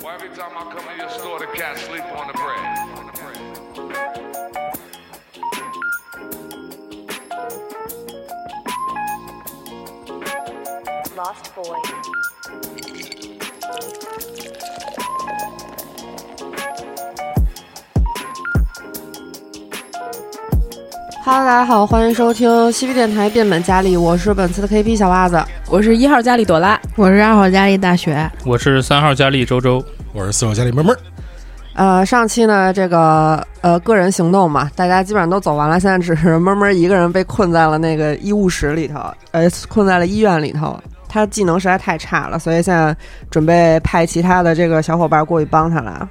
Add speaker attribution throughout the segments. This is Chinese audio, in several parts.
Speaker 1: Why every time I come to your store, the cat sleep on the bread?
Speaker 2: Lost Boy.
Speaker 3: Hello，大家好，欢迎收听西皮电台变本加厉，我是本次的 KP 小袜子。
Speaker 4: 我是一号家里朵拉，
Speaker 5: 我是二号佳丽大学，
Speaker 6: 我是三号佳丽周周，
Speaker 7: 我是四号家里闷闷儿，
Speaker 3: 呃，上期呢，这个呃个人行动嘛，大家基本上都走完了，现在只是闷闷一个人被困在了那个医务室里头，呃，困在了医院里头。他技能实在太差了，所以现在准备派其他的这个小伙伴过去帮他了。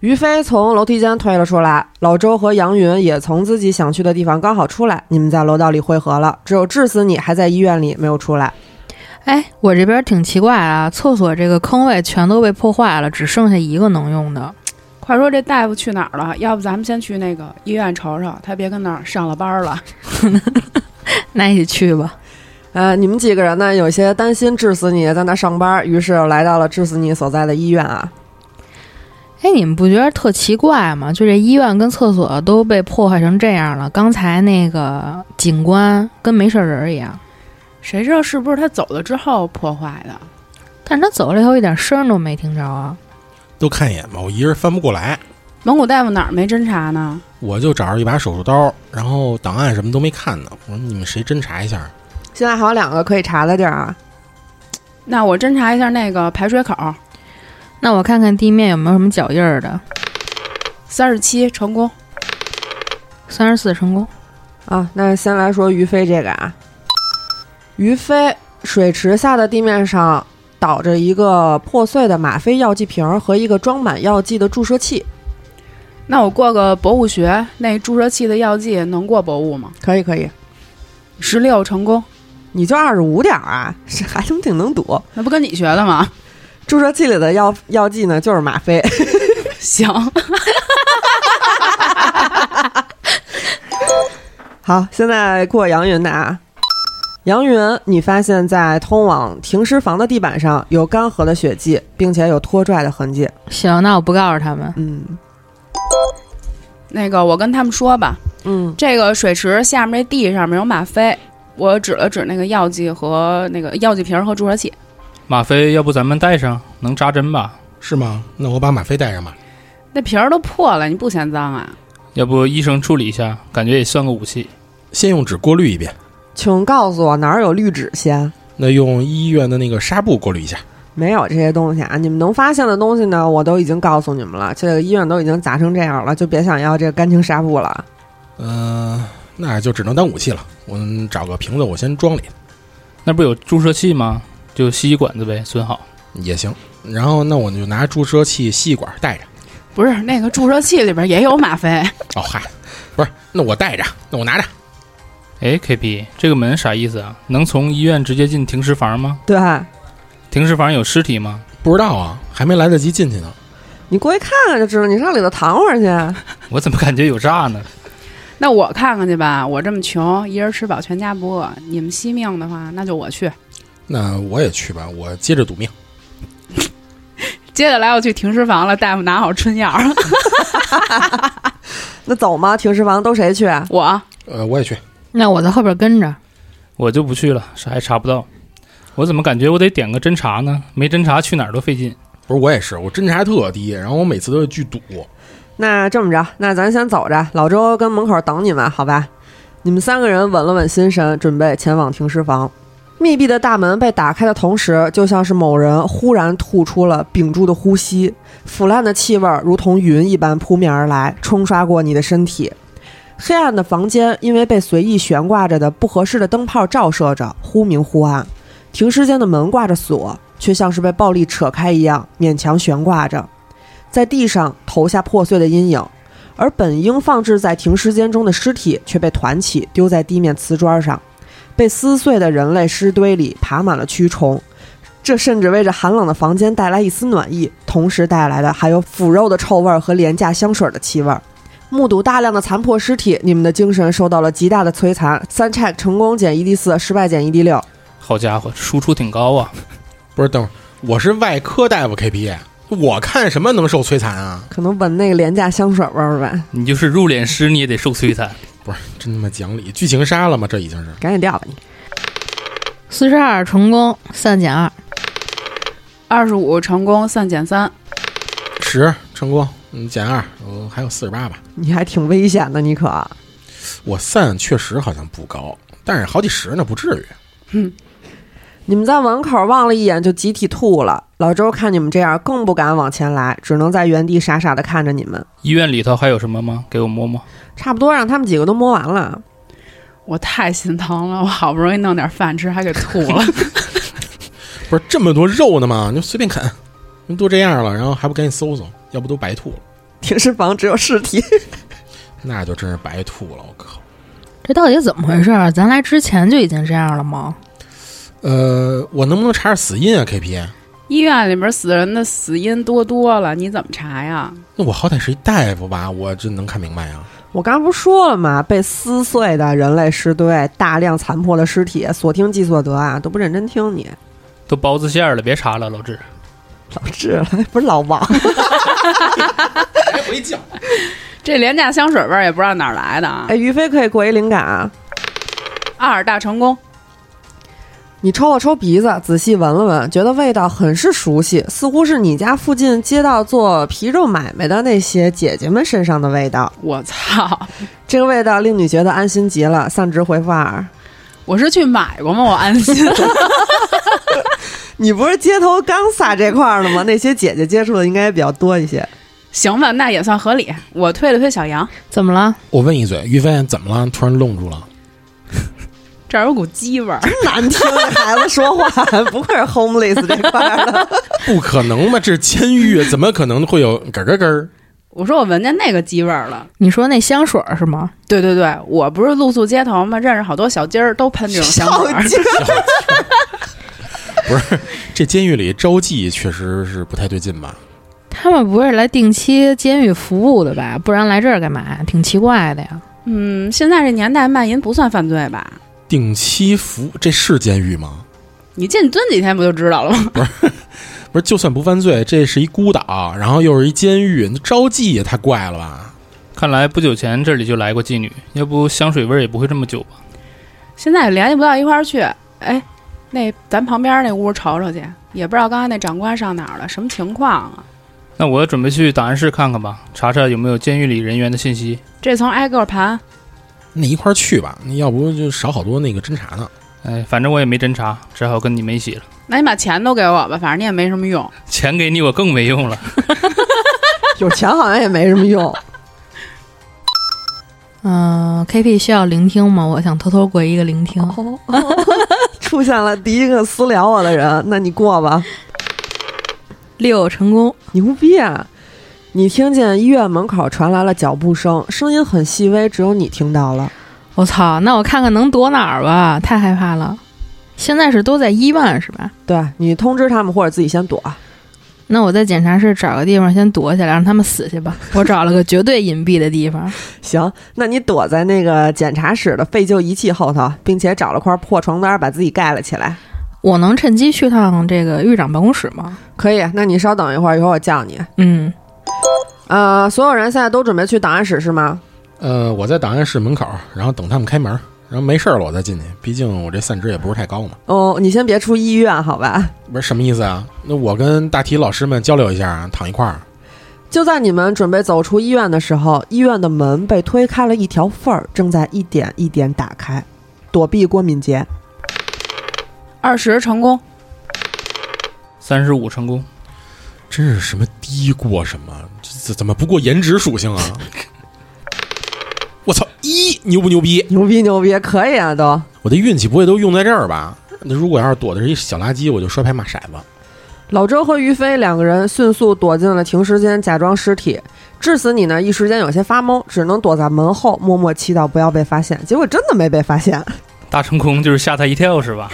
Speaker 3: 于飞从楼梯间退了出来，老周和杨云也从自己想去的地方刚好出来，你们在楼道里汇合了。只有致死你还在医院里没有出来。
Speaker 5: 哎，我这边挺奇怪啊，厕所这个坑位全都被破坏了，只剩下一个能用的。
Speaker 4: 快说这大夫去哪儿了？要不咱们先去那个医院瞅瞅，他别跟那儿上了班了。
Speaker 5: 那一起去吧。
Speaker 3: 呃，你们几个人呢，有些担心致死你在那上班，于是来到了致死你所在的医院啊。
Speaker 5: 哎，你们不觉得特奇怪吗？就这医院跟厕所都被破坏成这样了，刚才那个警官跟没事人一样，
Speaker 4: 谁知道是不是他走了之后破坏的？
Speaker 5: 但是他走了以后一点声都没听着啊。
Speaker 7: 都看一眼吧，我一人翻不过来，
Speaker 4: 蒙古大夫哪儿没侦查呢？
Speaker 7: 我就找着一把手术刀，然后档案什么都没看呢。我说你们谁侦查一下？
Speaker 3: 现在还有两个可以查的地儿啊。
Speaker 4: 那我侦查一下那个排水口，
Speaker 5: 那我看看地面有没有什么脚印儿的。
Speaker 4: 三十七成功。
Speaker 5: 三十四成功，
Speaker 3: 啊，那先来说于飞这个啊，于飞水池下的地面上倒着一个破碎的吗啡药剂瓶儿和一个装满药剂的注射器，
Speaker 4: 那我过个博物学，那注射器的药剂能过博物吗？
Speaker 3: 可以可以，
Speaker 4: 十六成功，
Speaker 3: 你就二十五点儿啊，是还挺挺能赌。
Speaker 4: 那不跟你学的吗？
Speaker 3: 注射器里的药药剂呢，就是吗啡。
Speaker 4: 行，
Speaker 3: 好，现在过杨云的啊。杨云，你发现在通往停尸房的地板上有干涸的血迹，并且有拖拽的痕迹。
Speaker 5: 行，那我不告诉他们。
Speaker 3: 嗯
Speaker 4: 那个我跟他们说吧，
Speaker 3: 嗯，
Speaker 4: 这个水池下面这地上面有吗啡，我指了指那个药剂和那个药剂瓶和注射器。
Speaker 6: 吗啡，要不咱们带上，能扎针吧？
Speaker 7: 是吗？那我把吗啡带上吧。
Speaker 4: 那皮儿都破了，你不嫌脏啊？
Speaker 6: 要不医生处理一下，感觉也算个武器。
Speaker 7: 先用纸过滤一遍，
Speaker 3: 请告诉我哪儿有绿纸先？
Speaker 7: 那用医院的那个纱布过滤一下。
Speaker 3: 没有这些东西啊！你们能发现的东西呢，我都已经告诉你们了。这个医院都已经砸成这样了，就别想要这个干净纱布了。
Speaker 7: 嗯、那就只能当武器了。我找个瓶子，我先装里
Speaker 6: 那不有注射器吗？就吸管子呗，存好。
Speaker 7: 也行。然后那我就拿注射器、吸管带着。
Speaker 4: 不是，那个注射器里边也有吗啡，
Speaker 7: 哦嗨，不是，那我带着，那我拿着。
Speaker 6: 哎，KP，这个门啥意思啊？能从医院直接进停尸房吗？
Speaker 3: 对，
Speaker 6: 停尸房有尸体吗？
Speaker 7: 不知道啊，还没来得及进去呢。
Speaker 3: 你过去看看就知道。你上里头躺会儿去。
Speaker 6: 我怎么感觉有诈呢？
Speaker 4: 那我看看去吧。我这么穷，一人吃饱全家不饿。你们惜命的话，那就我去。
Speaker 7: 那我也去吧，我接着赌命。
Speaker 4: 接下来我去停尸房了，大夫拿好春药。
Speaker 3: 那走吗？停尸房都谁去啊？
Speaker 4: 我
Speaker 7: 呃，我也去。
Speaker 5: 那我在后边跟着。
Speaker 6: 我就不去了，啥也查不到。我怎么感觉我得点个侦查呢？没侦查去哪儿都费劲。
Speaker 7: 不是我也是，我侦查特低，然后我每次都是巨赌。
Speaker 3: 那这么着，那咱先走着，老周跟门口等你们，好吧？你们三个人稳了稳心神，准备前往停尸房。密闭的大门被打开的同时，就像是某人忽然吐出了屏住的呼吸，腐烂的气味儿如同云一般扑面而来，冲刷过你的身体。黑暗的房间因为被随意悬挂着的不合适的灯泡照射着，忽明忽暗。停尸间的门挂着锁，却像是被暴力扯开一样，勉强悬挂着。在地上投下破碎的阴影，而本应放置在停尸间中的尸体却被团起丢在地面瓷砖上，被撕碎的人类尸堆里爬满了蛆虫，这甚至为这寒冷的房间带来一丝暖意，同时带来的还有腐肉的臭味儿和廉价香水的气味儿。目睹大量的残破尸体，你们的精神受到了极大的摧残。三 check 成功减一 d 四，失败减一 d 六。
Speaker 6: 好家伙，输出挺高啊！
Speaker 7: 不是，等会儿我是外科大夫 KP，我看什么能受摧残啊？
Speaker 3: 可能闻那个廉价香水味儿呗，
Speaker 6: 你就是入殓师，你也得受摧残。
Speaker 7: 不是，真他妈讲理，剧情杀了吗？这已经是
Speaker 3: 赶紧掉吧你。
Speaker 5: 四十二成功，三减二，
Speaker 4: 二十五成功三减三，
Speaker 7: 十成功，嗯，减二，呃，还有四十八吧。
Speaker 3: 你还挺危险的，你可
Speaker 7: 我散确实好像不高，但是好几十呢，不至于。
Speaker 3: 你们在门口望了一眼就集体吐了。老周看你们这样，更不敢往前来，只能在原地傻傻的看着你们。
Speaker 6: 医院里头还有什么吗？给我摸摸。
Speaker 3: 差不多让他们几个都摸完了，
Speaker 4: 我太心疼了，我好不容易弄点饭吃，还给吐了。
Speaker 7: 不是这么多肉呢吗？你就随便啃，都这样了，然后还不赶紧搜搜，要不都白吐了。
Speaker 3: 停尸房只有尸体。
Speaker 7: 那就真是白吐了，我靠！
Speaker 5: 这到底怎么回事儿？咱来之前就已经这样了吗？
Speaker 7: 呃，我能不能查查死因啊？KP，
Speaker 4: 医院里边死人的死因多多了，你怎么查呀？
Speaker 7: 那我好歹是一大夫吧，我这能看明白啊？
Speaker 3: 我刚不是说了吗？被撕碎的人类尸堆，大量残破的尸体，所听即所得啊，都不认真听你。
Speaker 6: 都包子馅儿了，别查了，老志。
Speaker 3: 老志了，不是老王，
Speaker 7: 来回叫，
Speaker 4: 这廉价香水味儿也不知道哪儿来的啊！
Speaker 3: 哎，于飞可以过一灵感啊！
Speaker 4: 二大成功，
Speaker 3: 你抽了抽鼻子，仔细闻了闻，觉得味道很是熟悉，似乎是你家附近街道做皮肉买卖的那些姐姐们身上的味道。
Speaker 4: 我操！
Speaker 3: 这个味道令你觉得安心极了。丧值回复二，
Speaker 4: 我是去买过吗？我安心。
Speaker 3: 你不是街头刚撒这块儿了吗？那些姐姐接触的应该比较多一些。
Speaker 4: 行吧，那也算合理。我推了推小杨，
Speaker 5: 怎么了？
Speaker 7: 我问一嘴，于飞怎么了？突然愣住了。
Speaker 4: 这儿有股鸡味儿。
Speaker 3: 难听的孩子说话，不愧是 homeless 这块儿 的。
Speaker 7: 不可能嘛，这是监狱，怎么可能会有咯咯咯儿？
Speaker 4: 我说我闻见那个鸡味儿了。
Speaker 5: 你说那香水儿是吗？
Speaker 4: 对对对，我不是露宿街头吗？认识好多小鸡儿，都喷这种香 味儿。
Speaker 3: 劲儿
Speaker 7: 不是，这监狱里招妓确实是不太对劲吧？
Speaker 5: 他们不是来定期监狱服务的吧？不然来这儿干嘛？挺奇怪的呀。
Speaker 4: 嗯，现在这年代卖淫不算犯罪吧？
Speaker 7: 定期服这是监狱吗？
Speaker 4: 你进蹲几天不就知道了吗？
Speaker 7: 不是，就算不犯罪，这是一孤岛，啊然后又是一监狱，那招妓也太怪了吧？
Speaker 6: 看来不久前这里就来过妓女，要不香水味儿也不会这么久吧？
Speaker 4: 现在也联系不到一块儿去。哎，那咱旁边那屋瞅瞅去，也不知道刚才那长官上哪儿了，什么情况啊？
Speaker 6: 那我准备去档案室看看吧，查查有没有监狱里人员的信息。
Speaker 4: 这层挨个儿盘，
Speaker 7: 那一块儿去吧，那要不就少好多那个侦查呢。
Speaker 6: 哎，反正我也没侦查，只好跟你们一起了。
Speaker 4: 那你把钱都给我吧，反正你也没什么用。
Speaker 6: 钱给你我更没用了。
Speaker 3: 有钱好像也没什么用。
Speaker 5: 嗯、k p 需要聆听吗？我想偷偷过一个聆听。
Speaker 3: 出现了第一个私聊我的人，那你过吧，
Speaker 5: 六成功，
Speaker 3: 牛逼啊！你听见医院门口传来了脚步声，声音很细微，只有你听到了。
Speaker 5: 我操！那我看看能躲哪儿吧，太害怕了。现在是都在医院是吧？
Speaker 3: 对你通知他们，或者自己先躲。
Speaker 5: 那我在检查室找个地方先躲起来，让他们死去吧。我找了个绝对隐蔽的地方。
Speaker 3: 行，那你躲在那个检查室的废旧仪器后头，并且找了块破床单把自己盖了起来。
Speaker 5: 我能趁机去趟这个狱长办公室吗？
Speaker 3: 可以，那你稍等一会儿，一会儿我叫你。
Speaker 5: 嗯，
Speaker 3: 呃，所有人现在都准备去档案室是吗？
Speaker 7: 呃，我在档案室门口，然后等他们开门，然后没事儿了我再进去，毕竟我这散值也不是太高嘛。
Speaker 3: 哦，你先别出医院好吧？
Speaker 7: 不是什么意思啊？那我跟大体老师们交流一下啊，躺一块儿。
Speaker 3: 就在你们准备走出医院的时候，医院的门被推开了一条缝儿，正在一点一点打开，躲避郭敏杰。
Speaker 4: 二十成功，
Speaker 6: 三十五成功，
Speaker 7: 真是什么低过什么，这这怎么不过颜值属性啊？我操，一牛不牛逼？
Speaker 3: 牛逼牛逼，可以啊都。
Speaker 7: 我的运气不会都用在这儿吧？那如果要是躲的是一小垃圾，我就摔拍骂骰子。
Speaker 3: 老周和于飞两个人迅速躲进了停尸间，假装尸体。致死你呢，一时间有些发懵，只能躲在门后，默默祈祷不要被发现。结果真的没被发现。
Speaker 6: 大成功就是吓他一跳是吧？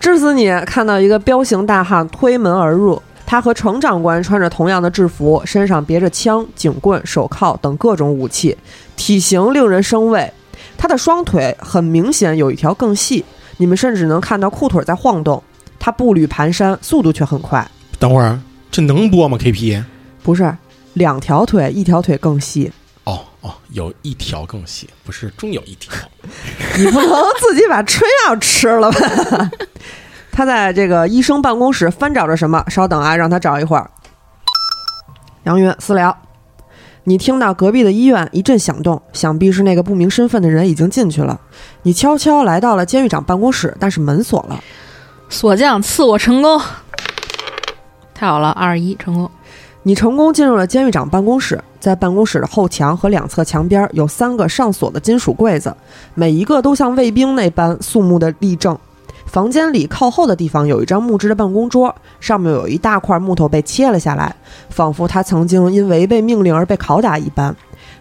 Speaker 3: 致死你看到一个彪形大汉推门而入，他和程长官穿着同样的制服，身上别着枪、警棍、手铐等各种武器，体型令人生畏。他的双腿很明显有一条更细，你们甚至能看到裤腿在晃动。他步履蹒跚，速度却很快。
Speaker 7: 等会儿啊这能播吗？KP？
Speaker 3: 不是，两条腿，一条腿更细，
Speaker 7: 哦哦，有一条更细，不是终有一条。
Speaker 3: 你不能自己把春药吃了吧？ 他在这个医生办公室翻找着什么，稍等啊，让他找一会儿。杨云私聊，你听到隔壁的医院一阵响动，想必是那个不明身份的人已经进去了。你悄悄来到了监狱长办公室，但是门锁了。
Speaker 5: 锁匠赐我成功，太好了，二十一成功。
Speaker 3: 你成功进入了监狱长办公室，在办公室的后墙和两侧墙边有三个上锁的金属柜子，每一个都像卫兵那般肃穆的立正。房间里靠后的地方有一张木质的办公桌，上面有一大块木头被切了下来，仿佛他曾经因违背命令而被拷打一般。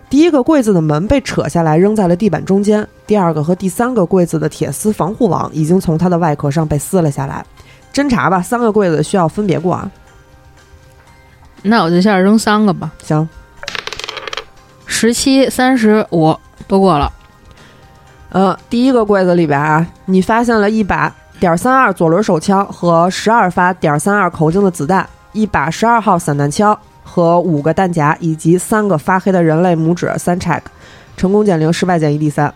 Speaker 3: 第一个柜子的门被扯下来，扔在了地板中间；第二个和第三个柜子的铁丝防护网已经从它的外壳上被撕了下来。侦查吧，三个柜子需要分别过啊。
Speaker 5: 那我就下扔三个吧，
Speaker 3: 行，
Speaker 5: 十七、三十五都过了。
Speaker 3: 呃，第一个柜子里边啊，你发现了一把点三二左轮手枪和十二发点三二口径的子弹，一把十二号散弹枪和五个弹夹，以及三个发黑的人类拇指三 check，成功减零，失败减一，第三。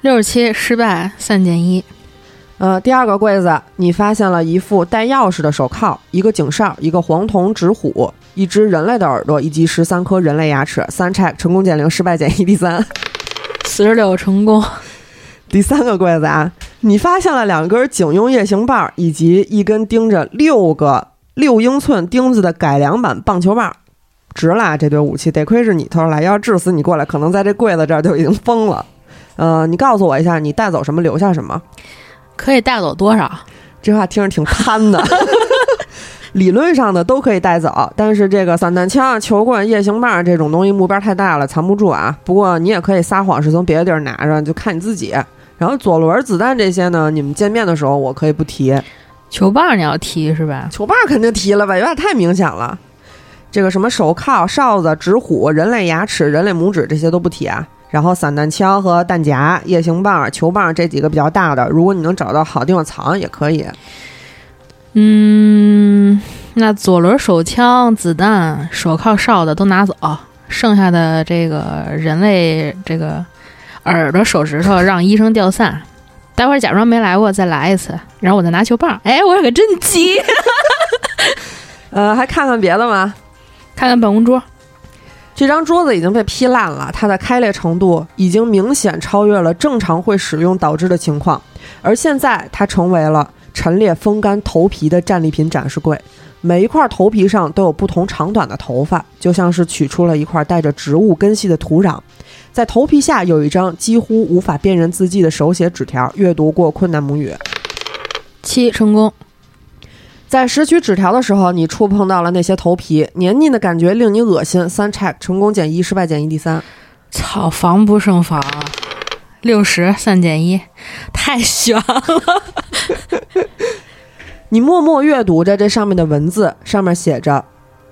Speaker 5: 六十七失败，三减一。
Speaker 3: 呃，第二个柜子，你发现了一副带钥匙的手铐，一个警哨，一个黄铜纸虎，一只人类的耳朵，以及十三颗人类牙齿。三 check 成功减零，失败减一，第三。
Speaker 5: 四十六成功，
Speaker 3: 第三个柜子啊，你发现了两根警用夜行棒儿以及一根钉着六个六英寸钉子的改良版棒球棒儿，值了啊这堆武器，得亏是你偷来，要是致死你过来，可能在这柜子这儿就已经疯了。呃，你告诉我一下，你带走什么，留下什么？
Speaker 5: 可以带走多少？
Speaker 3: 这话听着挺贪的。 理论上的都可以带走，但是这个散弹枪啊、球棍、夜行棒这种东西目标太大了，藏不住啊。不过你也可以撒谎是从别的地儿拿着，就看你自己。然后左轮子弹这些呢，你们见面的时候我可以不提，
Speaker 5: 球棒你要踢是吧？
Speaker 3: 球棒肯定提了吧，有点太明显了。这个什么手铐、哨子、纸虎、人类牙齿、人类拇指这些都不提啊。然后散弹枪和弹夹、夜行棒、球棒这几个比较大的，如果你能找到好地方藏也可以。
Speaker 5: 嗯，那左轮手枪、子弹、手铐、哨的都拿走，剩下的这个人类这个耳朵、手指头让医生掉散。待会儿假装没来过，再来一次，然后我再拿球棒。哎，我可真急！
Speaker 3: 呃，还看看别的吗？
Speaker 5: 看看办公桌，
Speaker 3: 这张桌子已经被劈烂了，它的开裂程度已经明显超越了正常会使用导致的情况，而现在它成为了陈列风干头皮的战利品展示柜。每一块头皮上都有不同长短的头发，就像是取出了一块带着植物根系的土壤。在头皮下有一张几乎无法辨认字迹的手写纸条，阅读过困难母语。
Speaker 5: 七成功。
Speaker 3: 在拾取纸条的时候，你触碰到了那些头皮，黏腻的感觉令你恶心。三 check 成功减一，失败减一，第三。
Speaker 5: 操，防不胜防啊！六十三减一，太悬了。
Speaker 3: 你默默阅读着这上面的文字，上面写着：“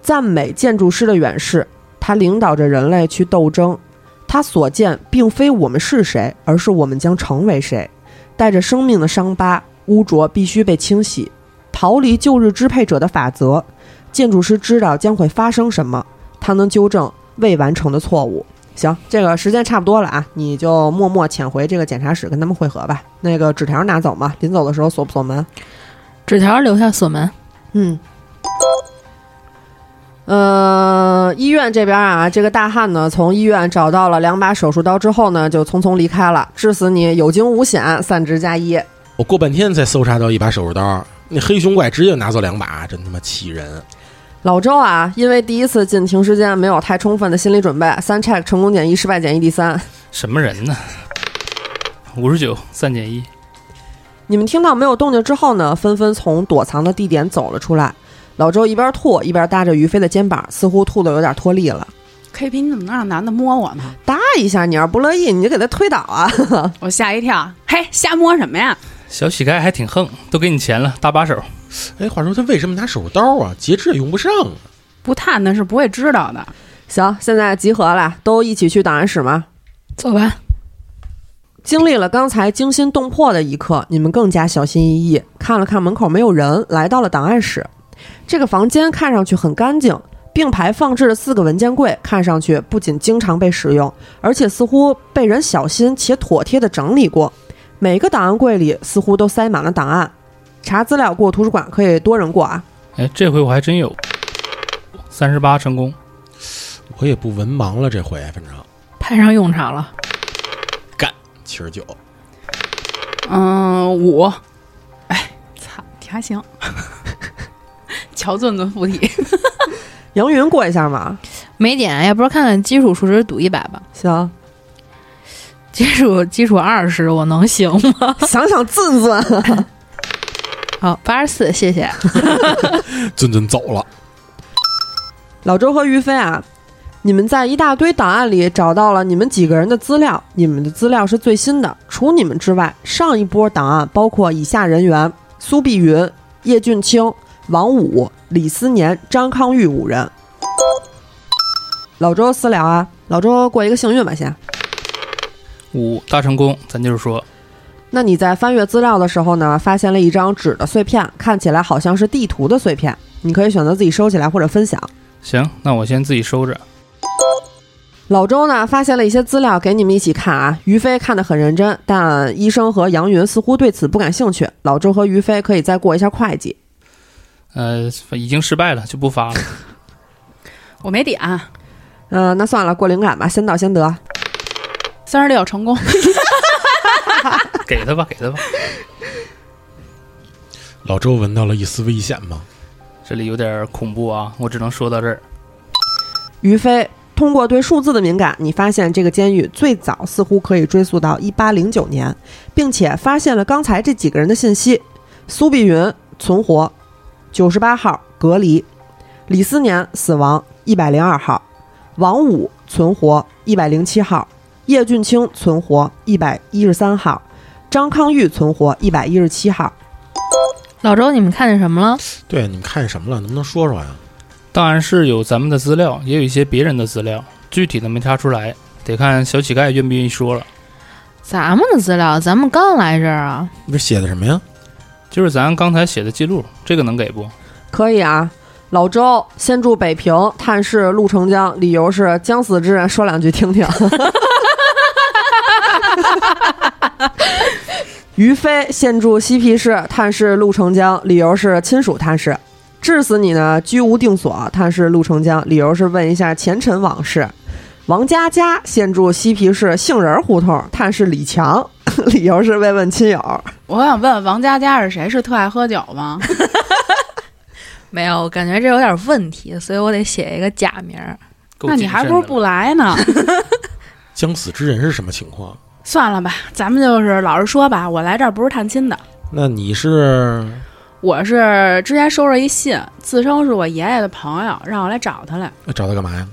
Speaker 3: 赞美建筑师的远视，他领导着人类去斗争。他所见并非我们是谁，而是我们将成为谁。带着生命的伤疤，污浊必须被清洗，逃离旧日支配者的法则。建筑师知道将会发生什么，他能纠正未完成的错误。”行，这个时间差不多了啊，你就默默潜回这个检查室，跟他们会合吧。那个纸条拿走嘛，临走的时候锁不锁门？
Speaker 5: 纸条留下锁门，
Speaker 3: 嗯，呃，医院这边啊，这个大汉呢，从医院找到了两把手术刀之后呢，就匆匆离开了，致死你有惊无险，散值加一。
Speaker 7: 我过半天才搜查到一把手术刀，那黑熊怪直接就拿走两把，真他妈气人！
Speaker 3: 老周啊，因为第一次进停尸间没有太充分的心理准备，三 check 成功减一，失败减一，第三。
Speaker 6: 什么人呢？五十九三减一，
Speaker 3: 你们听到没有动静之后呢，纷纷从躲藏的地点走了出来。老周一边吐一边搭着于飞的肩膀，似乎吐的有点脱力了。
Speaker 4: KP，你怎么能让男的摸我呢？
Speaker 3: 搭一下，你要是不乐意，你就给他推倒啊！
Speaker 4: 我吓一跳，嘿，瞎摸什么呀？
Speaker 6: 小乞丐还挺横，都给你钱了，搭把手。
Speaker 7: 哎，话说他为什么拿手术刀啊？截肢也用不上啊！
Speaker 4: 不探的是不会知道的。
Speaker 3: 行，现在集合了，都一起去档案室吗？
Speaker 5: 走吧。
Speaker 3: 经历了刚才惊心动魄的一刻，你们更加小心翼翼，看了看门口没有人，来到了档案室。这个房间看上去很干净，并排放置了四个文件柜，看上去不仅经常被使用，而且似乎被人小心且妥帖地整理过。每个档案柜里似乎都塞满了档案。查资料过图书馆可以多人过啊，
Speaker 6: 哎，这回我还真有三十八成功，
Speaker 7: 我也不文盲了，这回反正
Speaker 5: 派上用场 了。
Speaker 7: 七十九，
Speaker 4: 嗯，五，哎，操，你还行。乔顿顿附体，
Speaker 3: 杨云过一下嘛，
Speaker 5: 没点，要不然看看基础数值赌一把吧。
Speaker 3: 行，
Speaker 5: 基础基础二十，我能行吗？
Speaker 3: 想想自尊。
Speaker 5: 好，八十四，谢谢。
Speaker 7: 尊尊走了，
Speaker 3: 老周和于飞啊，你们在一大堆档案里找到了你们几个人的资料，你们的资料是最新的。除你们之外，上一波档案包括以下人员：苏碧云、叶俊清、王武、李思年、张康玉五人。老周私聊啊，老周过一个幸运吧，先。
Speaker 6: 五大成功，咱就是说
Speaker 3: 那你在翻阅资料的时候呢，发现了一张纸的碎片，看起来好像是地图的碎片，你可以选择自己收起来或者分享。
Speaker 6: 行，那我先自己收着。
Speaker 3: 老周呢，发现了一些资料给你们一起看啊。于飞看得很认真，但医生和杨云似乎对此不感兴趣。老周和于飞可以再过一下会计。
Speaker 6: 呃，已经失败了，就不发了。
Speaker 4: 我没点，
Speaker 3: 嗯、那算了，过灵感吧，先到先得。
Speaker 4: 三十六成功。
Speaker 6: 给他吧，给他吧。
Speaker 7: 老周闻到了一丝危险吗？
Speaker 6: 这里有点恐怖啊，我只能说到这儿。
Speaker 3: 于飞通过对数字的敏感，你发现这个监狱最早似乎可以追溯到一八零九年，并且发现了刚才这几个人的信息：苏碧云存活，九十八号隔离；李思年死亡，一百零二号；王武存活，一百零七号；叶俊清存活，一百一十三号；张康玉存活，一百一十七号。
Speaker 5: 老周，你们看见什么了？
Speaker 7: 对，你们看见什么了？能不能说说呀？
Speaker 6: 档案室有咱们的资料，也有一些别人的资料，具体的没查出来，得看小乞丐愿不愿意说了。
Speaker 5: 咱们的资料，咱们刚来这儿啊。
Speaker 7: 你这写的什么呀？
Speaker 6: 就是咱刚才写的记录，这个能给不？
Speaker 3: 可以啊。老周先住北平，探视陆成江，理由是将死之人说两句听听。 于飞现住西皮市，探视陆成江，理由是亲属探视。致死你呢，居无定所，探视陆成江，理由是问一下前尘往事。王佳佳现住西皮市杏仁胡同，探视李强， 理由是慰问亲友。
Speaker 4: 我想问王佳佳是谁？是特爱喝酒吗？
Speaker 5: 没有，我感觉这有点问题，所以我得写一个假名儿。
Speaker 6: 够
Speaker 4: 那你
Speaker 6: 谨
Speaker 4: 还
Speaker 6: 慎
Speaker 4: 不如
Speaker 6: 的
Speaker 4: 不来 呢。
Speaker 7: 将死之人是什么情况？
Speaker 4: 算了吧，咱们就是老实说吧。我来这儿不是探亲的，
Speaker 7: 那你是
Speaker 4: 我是之前收着一信，自称是我爷爷的朋友，让我来找他来。
Speaker 7: 找他干嘛呀？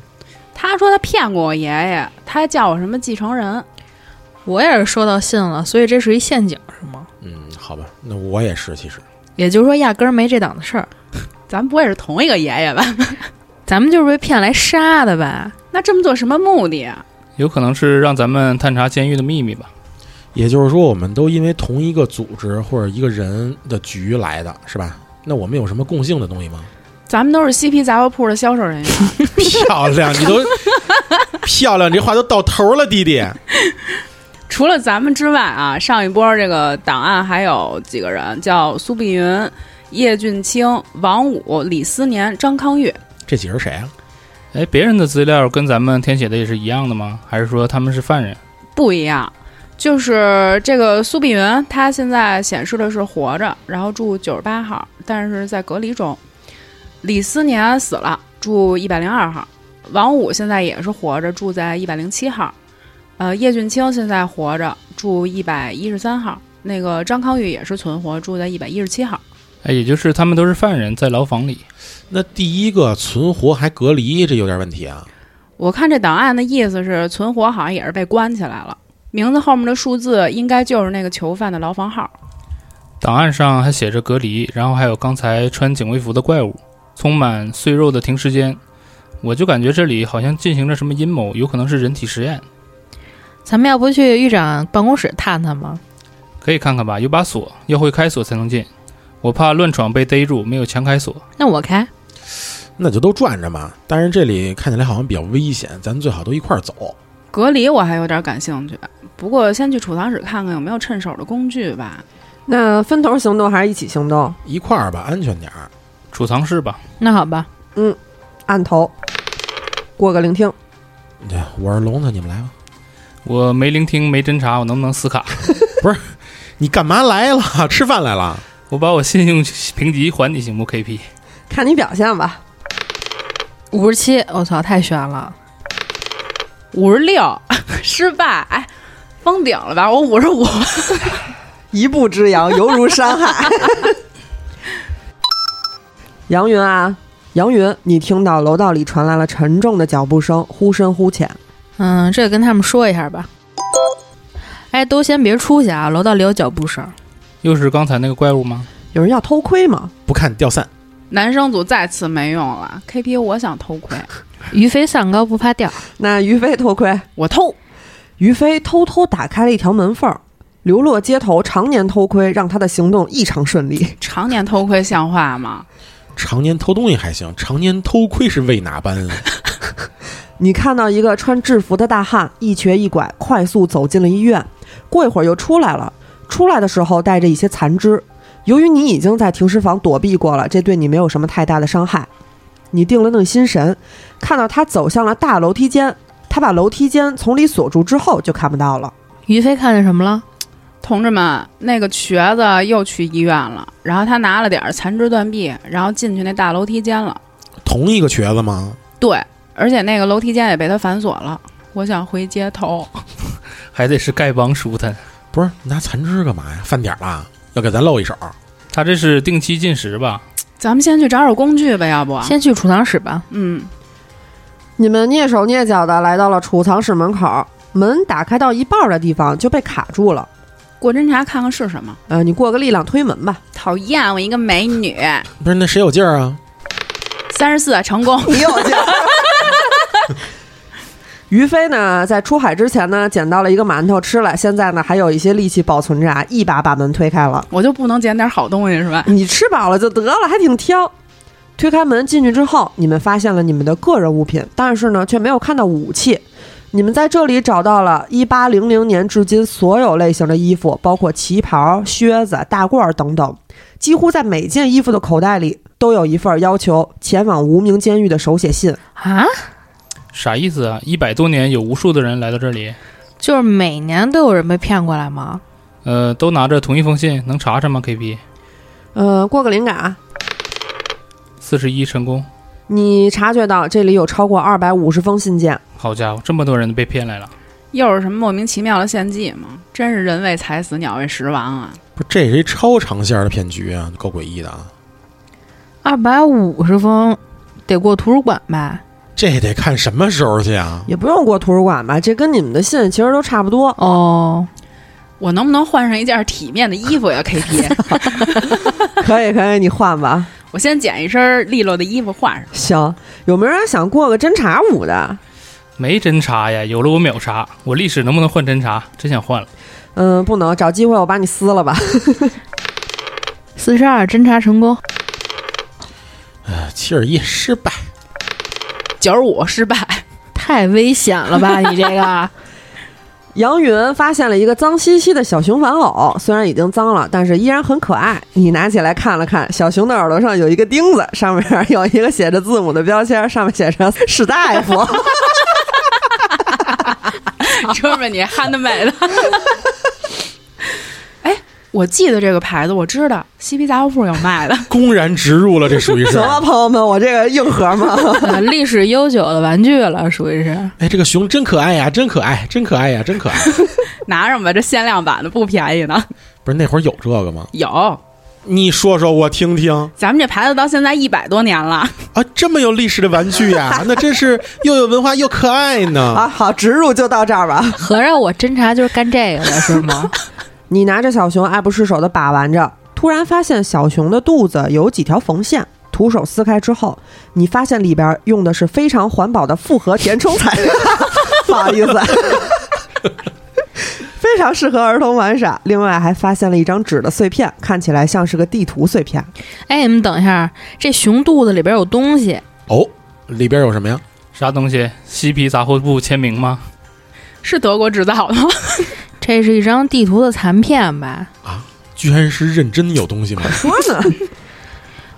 Speaker 4: 他说他骗过我爷爷，他还叫我什么继承人。
Speaker 5: 我也是收到信了，所以这是一陷阱，是吗？
Speaker 7: 嗯，好吧，那我也是，其实
Speaker 5: 也就是说，压根儿没这档子事儿，
Speaker 4: 咱不会是同一个爷爷吧？
Speaker 5: 咱们就是被骗来杀的吧？
Speaker 4: 那这么做什么目的啊？
Speaker 6: 有可能是让咱们探查监狱的秘密吧？
Speaker 7: 也就是说，我们都因为同一个组织或者一个人的局来的，是吧？那我们有什么共性的东西吗？
Speaker 4: 咱们都是西皮杂货铺的销售人员，
Speaker 7: 漂亮，你 都漂亮，你这话都到头了，弟弟。
Speaker 4: 除了咱们之外啊，上一波这个档案还有几个人，叫苏碧云、叶俊清、王武、李思年、张康玉。
Speaker 7: 这几人谁啊？
Speaker 6: 哎，别人的资料跟咱们填写的也是一样的吗？还是说他们是犯人？
Speaker 4: 不一样，就是这个苏碧云，她现在显示的是活着，然后住九十八号，但是在隔离中。李思年死了，住一百零二号。王武现在也是活着，住在一百零七号。呃，叶俊清现在活着，住一百一十三号。那个张康玉也是存活，住在一百一十七号。
Speaker 6: 哎，也就是他们都是犯人，在牢房里。
Speaker 7: 那第一个存活还隔离，这有点问题啊。
Speaker 4: 我看这档案的意思是，存活好像也是被关起来了。名字后面的数字应该就是那个囚犯的牢房号。
Speaker 6: 档案上还写着隔离，然后还有刚才穿警卫服的怪物，充满碎肉的停尸间。我就感觉这里好像进行着什么阴谋，有可能是人体实验。
Speaker 5: 咱们要不去狱长办公室探探吗？
Speaker 6: 可以看看吧，有把锁，要会开锁才能进。我怕乱闯被逮住，没有强开锁。
Speaker 5: 那我开，
Speaker 7: 那就都转着嘛。但是这里看起来好像比较危险，咱最好都一块儿走。
Speaker 4: 隔离我还有点感兴趣，不过先去储藏室看看有没有趁手的工具吧。
Speaker 3: 那分头行动还是一起行动？
Speaker 7: 一块儿吧，安全点儿。
Speaker 6: 储藏室吧，
Speaker 5: 那好吧，
Speaker 3: 按头，过个聆听。
Speaker 7: 对，我是聋子，你们来吧。
Speaker 6: 我没聆听，没侦查，我能不能死卡？
Speaker 7: 你干嘛来了？ 吃饭来了？
Speaker 6: 我把我信用评级还你行不？KP，
Speaker 3: 看你表现吧。
Speaker 5: 五十七，我操，太悬了。
Speaker 4: 五十六 失败，哎，封顶了吧？我五十五，
Speaker 3: 一步之遥，犹如山海。 杨云啊，杨云，你听到楼道里传来了沉重的脚步声，忽深忽浅。
Speaker 5: 嗯，这跟他们说一下吧。哎，都先别出去啊，楼道里有脚步声。
Speaker 6: 又是刚才那个怪物吗？
Speaker 3: 有人要偷窥吗？
Speaker 7: 不看掉散。
Speaker 4: 男生组再次没用了。KP，我想偷窥，
Speaker 5: 鱼飞散高不怕掉，
Speaker 3: 那于飞偷窥，
Speaker 4: 我偷。
Speaker 3: 于飞偷偷打开了一条门缝儿，流落街头，常年偷窥让他的行动异常顺利。
Speaker 4: 常年偷窥像话吗？
Speaker 7: 常年偷东西还行，常年偷窥是为哪般？
Speaker 3: 你看到一个穿制服的大汉一瘸一拐快速走进了医院，过一会儿又出来了，出来的时候带着一些残肢。由于你已经在停尸房躲避过了，这对你没有什么太大的伤害。你定了定心神，看到他走向了大楼梯间，他把楼梯间从里锁住之后就看不到了。
Speaker 5: 于飞看见什么了？
Speaker 4: 同志们，那个瘸子又去医院了，然后他拿了点儿残肢断臂，然后进去那大楼梯间了。
Speaker 7: 同一个瘸子吗？
Speaker 4: 对，而且那个楼梯间也被他反锁了。我想回街头，
Speaker 6: 还得是丐帮舒坦。
Speaker 7: 不是，拿残肢干嘛呀？犯点儿了，要给咱露一手。
Speaker 6: 他这是定期进食吧？
Speaker 4: 咱们先去找找工具吧，要不？
Speaker 5: 先去储藏室吧。
Speaker 4: 嗯，
Speaker 3: 你们蹑手蹑脚的来到了储藏室门口，门打开到一半的地方就被卡住了。
Speaker 4: 过侦查看看是什么。
Speaker 3: 呃，你过个力量推门吧。
Speaker 4: 讨厌，我一个美女，
Speaker 7: 不是，那谁有劲儿啊？
Speaker 4: 三十四成功。
Speaker 3: 你有劲。于飞呢，在出海之前呢，捡到了一个馒头吃了，现在呢还有一些力气保存着啊，一把把门推开了。
Speaker 4: 我就不能捡点好东西是吧？
Speaker 3: 你吃饱了就得了，还挺挑。推开门进去之后，你们发现了你们的个人物品，但是呢，却没有看到武器。你们在这里找到了1800年至今所有类型的衣服，包括旗袍、靴子、大褂等等。几乎在每件衣服的口袋里都有一份要求前往无名监狱的手写信。
Speaker 5: 啊，
Speaker 6: 啥意思啊？一百多年有无数的人来到这里，
Speaker 5: 就是每年都有人被骗过来吗？
Speaker 6: 呃，都拿着同一封信，能查查吗？KP，
Speaker 3: 呃，过个灵感啊，
Speaker 6: 四十一成功。
Speaker 3: 你察觉到这里有超过二百五十封信件，
Speaker 6: 好家伙，这么多人被骗来了，
Speaker 4: 又是什么莫名其妙的献祭吗？真是人为财死，鸟为食亡啊！
Speaker 7: 不是，这是一超长线儿的骗局啊，够诡异的啊！
Speaker 5: 二百五十封，得过图书馆吧？
Speaker 7: 这得看什么时候去啊？
Speaker 3: 也不用过图书馆吧？这跟你们的信其实都差不多。
Speaker 5: 哦，
Speaker 4: 我能不能换上一件体面的衣服呀？KP，
Speaker 3: 可以，可以，你换吧。
Speaker 4: 我先捡一身利落的衣服换上。
Speaker 3: 行，有没有人想过个侦查舞的？
Speaker 6: 没侦查呀？有了我秒杀，我历史能不能换侦查？真想换了。
Speaker 3: 嗯，不能，找机会我把你撕了吧。
Speaker 5: 四十二侦查成功，
Speaker 7: 七十一失败，
Speaker 4: 九十五失 败，
Speaker 5: 太危险了 吧？你这个
Speaker 3: 杨云发现了一个脏兮兮的小熊玩偶，虽然已经脏了，但是依然很可爱。你拿起来看了看，小熊的耳朵上有一个钉子，上面有一个写着字母的标签，上面写着 “史大夫”。
Speaker 4: 哥们儿你憨的美的。 哎，我记得这个牌子，我知道西皮杂货铺有卖的。
Speaker 7: 公然植入了，这属于是 啊
Speaker 3: 行。了，朋友们，我这个硬核吗？
Speaker 5: 呃历史悠久的玩具了，属于是。
Speaker 7: 哎，这个熊真可爱呀，真可爱，真可爱呀，真可爱。
Speaker 4: 拿上吧，这限量版的不便宜呢。
Speaker 7: 不是那会儿有这个吗？
Speaker 4: 有，
Speaker 7: 你说说我听听
Speaker 4: 咱们这牌子到现在一百多年了。
Speaker 7: 啊！这么有历史的玩具呀，那真是又有文化又可爱呢。
Speaker 3: 啊，好，植入就到这儿吧。
Speaker 5: 合着我侦查就是干这个的是 吗？
Speaker 3: 你拿着小熊爱不释手的把玩着，突然发现小熊的肚子有几条缝线，徒手撕开之后，你发现里边用的是非常环保的复合填充材料。不好意思，非常适合儿童玩耍。另外还发现了一张纸的碎片，看起来像是个地图碎片。
Speaker 5: 哎，你们等一下，这熊肚子里边有东西，
Speaker 7: 哦，里边有什么呀？
Speaker 6: 啥东西？嬉皮杂货铺签名吗？
Speaker 4: 是德国制造的吗？
Speaker 5: 这是一张地图的残片吧？
Speaker 7: 居然是认真有东西吗？
Speaker 3: 说呢，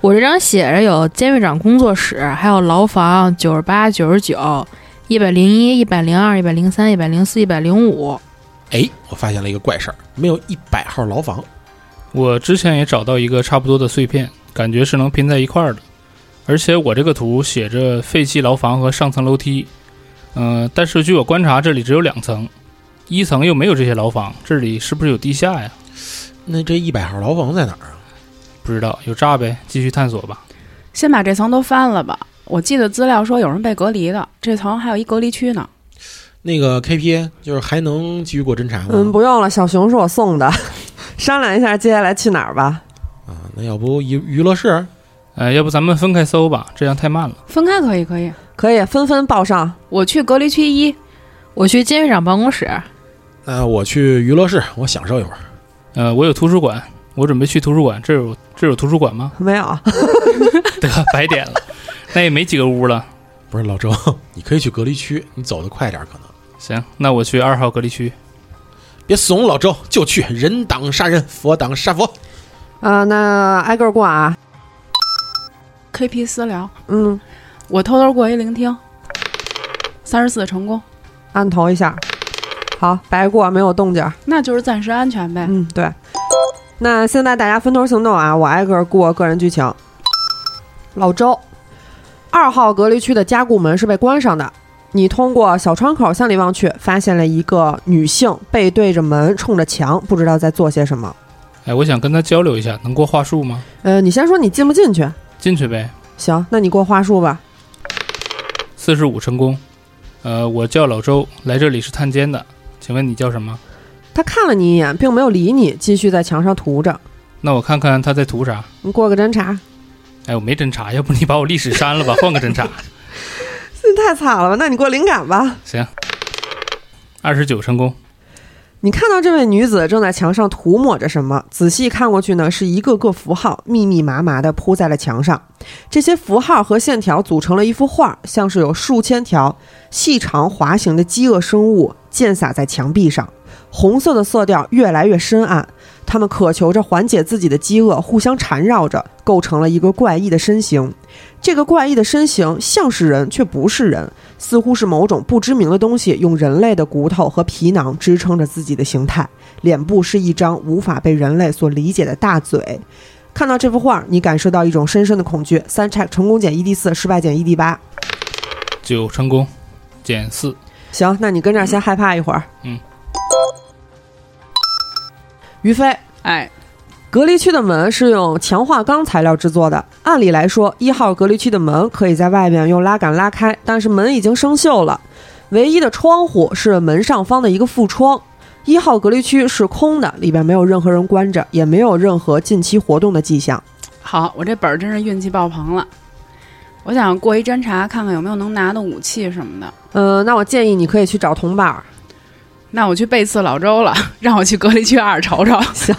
Speaker 5: 我这张写着有监狱长工作室，还有牢房九十八、九十九、一百零一、一百零二、一百零三、一百零四、一百零五。
Speaker 7: 哎，我发现了一个怪事儿，没有一百号牢房。
Speaker 6: 我之前也找到一个差不多的碎片，感觉是能拼在一块儿的。而且我这个图写着废弃牢房和上层楼梯，嗯、但是据我观察，这里只有两层，一层又没有这些牢房，这里是不是有地下呀？
Speaker 7: 那这一百号牢房在哪儿啊？
Speaker 6: 不知道，有诈呗，继续探索吧。
Speaker 4: 先把这层都翻了吧。我记得资料说有人被隔离的，这层还有一隔离区呢。
Speaker 7: 那个 KPA 就是还能继续给我侦查吗？
Speaker 3: 嗯，不用了，小熊是我送的。商量一下接下来去哪儿吧。
Speaker 7: 啊，那要不娱娱乐室？
Speaker 6: 呃，要不咱们分开搜吧，这样太慢了。
Speaker 4: 分开可以，可以。
Speaker 3: 可以纷纷报上。
Speaker 4: 我去隔离区一，
Speaker 5: 我去监狱长办公室，
Speaker 7: 那我去娱乐室，我享受一会儿。
Speaker 6: 呃，我有图书馆，我准备去图书馆。这有这有图书馆吗？
Speaker 3: 没有，
Speaker 6: 得白点了，那也没几个屋了。
Speaker 7: 不是老周， 你可以去隔离区，你走得快点儿可能。
Speaker 6: 行，那我去二号隔离区。
Speaker 7: 别怂，老周就去，人挡杀人，佛挡杀佛。
Speaker 3: 啊、那挨个儿过啊。
Speaker 4: KP 私聊，
Speaker 3: 嗯，
Speaker 4: 我偷偷过一聆听，三十四成功，
Speaker 3: 按头一下。好，白过没有动静儿。
Speaker 4: 那就是暂时安全呗。
Speaker 3: 嗯，对。那现在大家分头行动啊！我挨个过个人剧情。老周，二号隔离区的加固门是被关上的。你通过小窗口向里望去，发现了一个女性背对着门，冲着墙，不知道在做些什么。
Speaker 6: 哎，我想跟他交流一下，能过话术吗？
Speaker 3: 呃，你先说你进不进去？
Speaker 6: 进去呗，
Speaker 3: 行，那你过话术吧。
Speaker 6: 四十五成功。呃，我叫老周，来这里是探监的，请问你叫什么？
Speaker 3: 他看了你一眼，并没有理你，继续在墙上涂着。
Speaker 6: 那我看看他在图啥。
Speaker 3: 你过个侦查，
Speaker 6: 哎，我没侦查，要不你把我历史删了吧，换个侦查。
Speaker 3: 这太惨了吧？那你过灵感吧。
Speaker 6: 行，二十九成功。
Speaker 3: 你看到这位女子正在墙上涂抹着什么？仔细看过去呢，是一个个符号密密麻麻地铺在了墙上。这些符号和线条组成了一幅画，像是有数千条细长滑行的饥饿生物溅洒在墙壁上。红色的色调越来越深暗，它们渴求着缓解自己的饥饿，互相缠绕着，构成了一个怪异的身形。这个怪异的身形像是人，却不是人，似乎是某种不知名的东西用人类的骨头和皮囊支撑着自己的形态，脸部是一张无法被人类所理解的大嘴。看到这幅画，你感受到一种深深的恐惧。三 check 成功减一 d 四，失败减一 d 八。
Speaker 6: 九成功，减四。
Speaker 3: 行，那你跟这儿先害怕一会儿。
Speaker 6: 嗯。
Speaker 3: 于飞，
Speaker 4: 哎，
Speaker 3: 隔离区的门是用强化钢材料制作的。按理来说，一号隔离区的门可以在外面用拉杆拉开，但是门已经生锈了。唯一的窗户是门上方的一个副窗。一号隔离区是空的，里边没有任何人关着，也没有任何近期活动的迹象。
Speaker 4: 好，我这本儿真是运气爆棚了。我想过一侦查，看看有没有能拿的武器什么的。
Speaker 3: 呃，那我建议你可以去找铜板儿。
Speaker 4: 那我去背刺老周了， 让我去隔离区二瞅瞅。
Speaker 3: 行，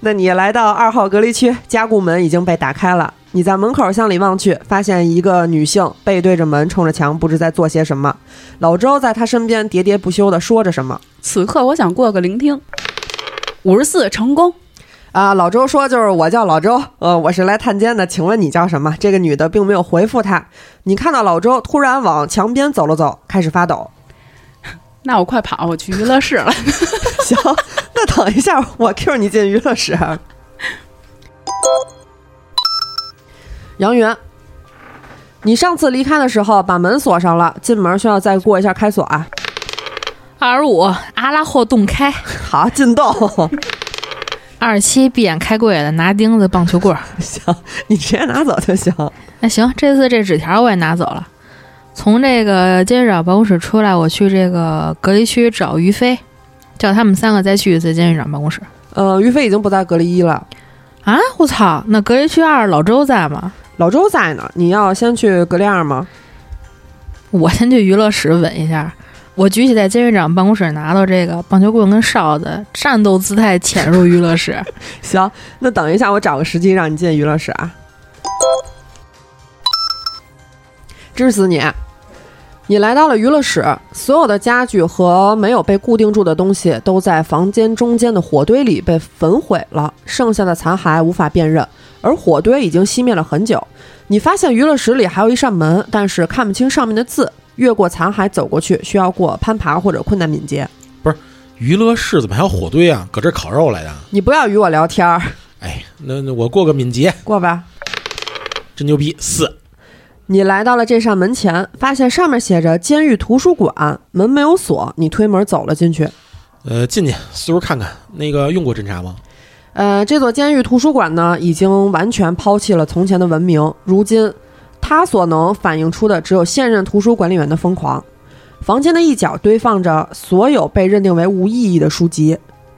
Speaker 3: 那你来到二号隔离区，加固门已经被打开了。你在门口向里望去，发现一个女性背对着门，冲着墙，不知在做些什么。老周在她身边喋喋不休地说着什么。
Speaker 4: 此刻我想过个聆听，五十四成功。
Speaker 3: 啊，老周说就是我叫老周，呃，我是来探监的，请问你叫什么？这个女的并没有回复他。你看到老周突然往墙边走了走，开始发抖。
Speaker 4: 那我快跑，我去娱乐室了。
Speaker 3: 行，那等一下我 Q 你进娱乐室。啊杨元，你上次离开的时候把门锁上了，进门需要再过一下开锁啊。
Speaker 5: 二十五阿拉霍洞开，
Speaker 3: 好，进洞。
Speaker 5: 二十七闭眼开柜的拿钉子棒球棍儿。
Speaker 3: 行，你直接拿走就行。
Speaker 5: 那行，这次这纸条我也拿走了。从这个监狱长办公室出来，我去这个隔离区找于飞，叫他们三个再去一次监狱长办公室。
Speaker 3: 呃，于飞已经不在隔离一了，
Speaker 5: 啊！我操，那隔离区二老周在吗？
Speaker 3: 老周在呢。你要先去隔离二吗？
Speaker 5: 我先去娱乐室吻一下，我举起在监狱长办公室拿到这个棒球棍跟哨子，战斗姿态潜入娱乐室。
Speaker 3: 行，那等一下，我找个时机让你进娱乐室啊，支死你！你来到了娱乐室，所有的家具和没有被固定住的东西都在房间中间的火堆里被焚毁了，剩下的残骸无法辨认，而火堆已经熄灭了很久。你发现娱乐室里还有一扇门，但是看不清上面的字。越过残骸走过去，需要过攀爬或者困难敏捷。
Speaker 7: 娱乐室怎么还有火堆啊？搁这儿烤肉来的？
Speaker 3: 你不要与我聊天儿，
Speaker 7: 哎，那那我过个敏捷，
Speaker 3: 过吧。
Speaker 7: 真牛逼！四，
Speaker 3: 你来到了这扇门前，发现上面写着“监狱图书馆”，门没有锁，你推门走了进去。
Speaker 7: 呃，进去四叔看看，那个用过侦查吗？
Speaker 3: 呃，这座监狱图书馆呢，已经完全抛弃了从前的文明，如今它所能反映出的只有现任图书管理员的疯狂。房间的一角堆放着所有被认定为无意义的书籍，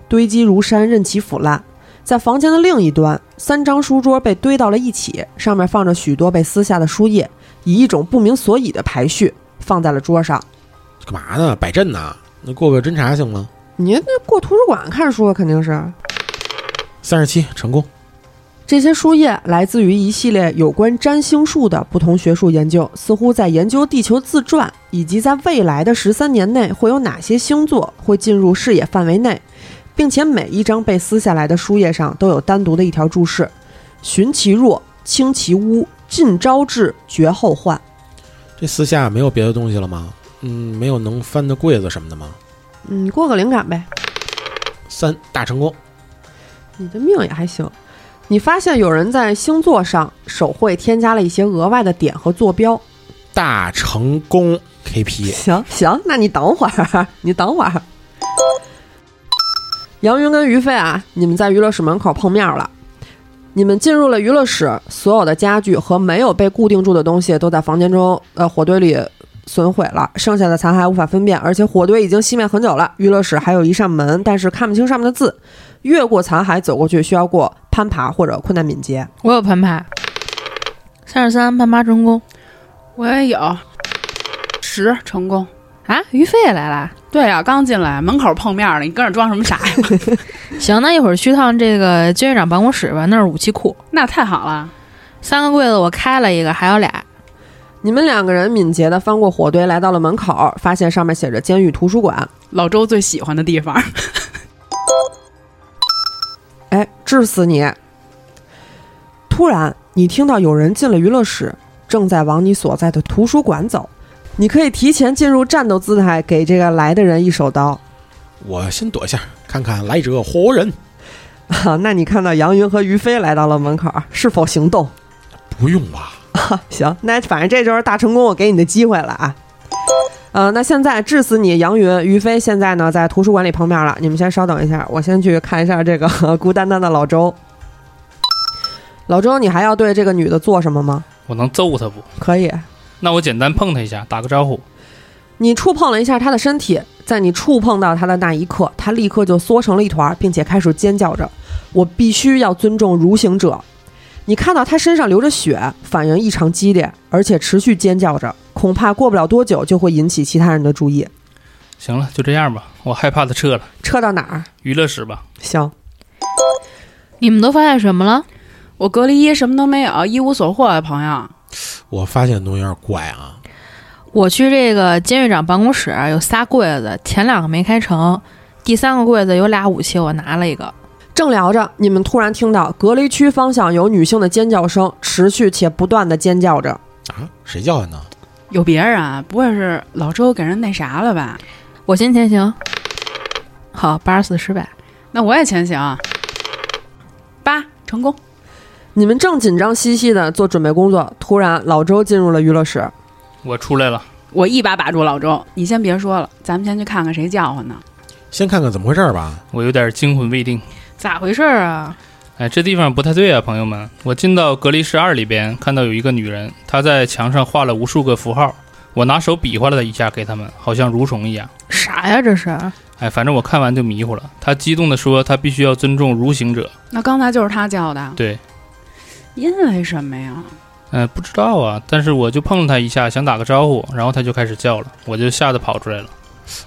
Speaker 3: 堆积如山，任其腐烂。在房间的另一端，三张书桌被堆到了一起，上面放着许多被撕下的书页，以一种不明所以的排序放在了桌上。
Speaker 7: 干嘛呢？摆阵呢？那过个侦查行吗？
Speaker 3: 你那过图书馆看书肯定是。
Speaker 7: 三十七成功。
Speaker 3: 这些书页来自于一系列有关占星术的不同学术研究，似乎在研究地球自转，以及在未来的十三年内会有哪些星座会进入视野范围内，并且每一张被撕下来的书页上都有单独的一条注释：“寻其弱，轻其污，尽招致，绝后患。
Speaker 7: 这私下没有别的东西了吗？嗯，没有能翻的柜子什么的吗？”
Speaker 3: 嗯，过个灵感呗，
Speaker 7: 三大成功。
Speaker 3: 你的命也还行。你发现有人在星座上手绘添加了一些额外的点和坐标。
Speaker 7: 大成功 KP，
Speaker 3: 行行，那你等会儿，你等会儿。杨云跟于飞啊，你们在娱乐室门口碰面了。你们进入了娱乐室，所有的家具和没有被固定住的东西都在房间中呃火堆里损毁了，剩下的残骸无法分辨，而且火堆已经熄灭很久了。娱乐室还有一扇门，但是看不清上面的字。越过残骸走过去需要过攀爬或者困难敏捷。
Speaker 5: 我有攀爬，三十三攀爬成功
Speaker 4: 我也有十成功。
Speaker 5: 啊！于飞也来啦。
Speaker 4: 对呀、刚进来门口碰面了，你跟这装什么傻 呀？
Speaker 5: 行，那一会儿去趟这个监狱长办公室吧，那是武器库。
Speaker 4: 那太好了，
Speaker 5: 三个柜子我开了一个，还有俩。
Speaker 3: 你们两个人敏捷地翻过火堆，来到了门口，发现上面写着“监狱图书馆
Speaker 4: 老周最喜欢的地方。”。
Speaker 3: 哎，治死你！突然，你听到有人进了娱乐室，正在往你所在的图书馆走。你可以提前进入战斗姿态，给这个来的人一手刀。
Speaker 7: 我先躲一下，看看来者活人。
Speaker 3: 啊，那你看到杨云和于飞来到了门口，是否行动？
Speaker 7: 不用吧？
Speaker 3: 行，那反正这就是大成功，我给你的机会了啊。呃，那现在致死你，杨云、于飞现在呢在图书馆里碰面了。你们先稍等一下，我先去看一下这个 孤单单的老周。老周，你还要对这个女的做什么吗？
Speaker 6: 我能揍他不？
Speaker 3: 可以，
Speaker 6: 那我简单碰他一下，打个招呼。
Speaker 3: 你触碰了一下她的身体，在你触碰到她的那一刻，她立刻就缩成了一团，并且开始尖叫着：“我必须要尊重如行者！”你看到她身上流着血，反应异常激烈，而且持续尖叫着，恐怕过不了多久就会引起其他人的注意。
Speaker 6: 行了，就这样吧，我害怕他撤了，
Speaker 3: 撤到哪儿？
Speaker 6: 娱乐室吧。
Speaker 3: 行，
Speaker 5: 你们都发现什么了？
Speaker 4: 我隔离衣什么都没有，一无所获啊，朋友。
Speaker 7: 我发现东西有点怪啊。
Speaker 5: 我去这个监狱长办公室有仨柜子，前两个没开成，第三个柜子有俩武器，我拿了一个。
Speaker 3: 正聊着，你们突然听到隔离区方向有女性的尖叫声，持续且不断的尖叫着。
Speaker 7: 啊，谁叫唤呢？
Speaker 4: 有别人啊？不会是老周给人那啥了吧？
Speaker 5: 我先前行，好，八十四失败。
Speaker 4: 那我也前行，啊八成功。
Speaker 3: 你们正紧张兮兮的做准备工作，突然老周进入了娱乐室。
Speaker 6: 我出来了，
Speaker 4: 我一把把住老周，你先别说了，咱们先去看看谁叫唤呢？
Speaker 7: 先看看怎么回事吧。
Speaker 6: 我有点惊魂未定。
Speaker 5: 咋回事儿啊？
Speaker 6: 哎，这地方不太对啊，朋友们！我进到隔离室二里边，看到有一个女人，她在墙上画了无数个符号，我拿手比划了一下给他们，好像蠕虫一样。
Speaker 5: 啥呀？这是
Speaker 6: 哎，反正我看完就迷糊了。她激动地说，她必须要尊重如行者。
Speaker 4: 那刚才就是他叫的，
Speaker 6: 对，
Speaker 4: 因为什么呀？
Speaker 6: 嗯、不知道啊，但是我就碰了她一下，想打个招呼，然后她就开始叫了，我就吓得跑出来了。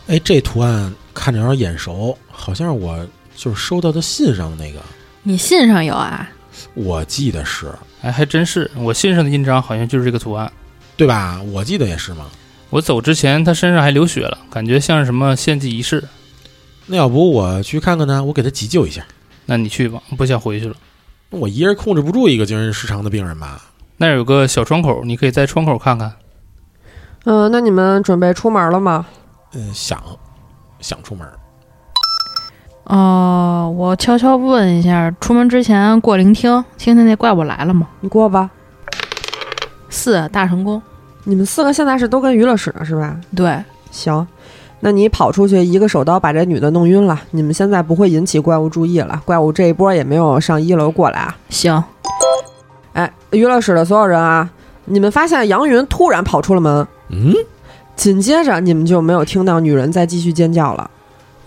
Speaker 7: 哎，这图案看着有点眼熟，好像是我就是收到的信上的那个，
Speaker 5: 你信上有啊？
Speaker 7: 我记得是
Speaker 6: 哎，还真是，我信上的印章好像就是这个图案。
Speaker 7: 对吧？我记得也是嘛。
Speaker 6: 我走之前，他身上还流血了，感觉像是什么献祭仪式。
Speaker 7: 那要不我去看看呢？我给他急救一下。
Speaker 6: 那你去吧，不想回去了。
Speaker 7: 我一人控制不住一个精神失常的病人吧？
Speaker 6: 那儿有个小窗口，你可以在窗口看看。
Speaker 3: 嗯、那你们准备出门了吗？
Speaker 7: 嗯，想想出门，
Speaker 5: 哦，我悄悄问一下，出门之前过聆听，听听那怪物来了吗？
Speaker 3: 你过吧。
Speaker 5: 四大成功，
Speaker 3: 你们四个现在是都跟娱乐室呢，是吧？
Speaker 5: 对，
Speaker 3: 行，那你跑出去一个手刀把这女的弄晕了。你们现在不会引起怪物注意了，怪物这一波也没有上一楼过来啊。
Speaker 5: 行，
Speaker 3: 哎，娱乐室的所有人啊，你们发现杨云突然跑出了门，
Speaker 7: 嗯，
Speaker 3: 紧接着你们就没有听到女人再继续尖叫了。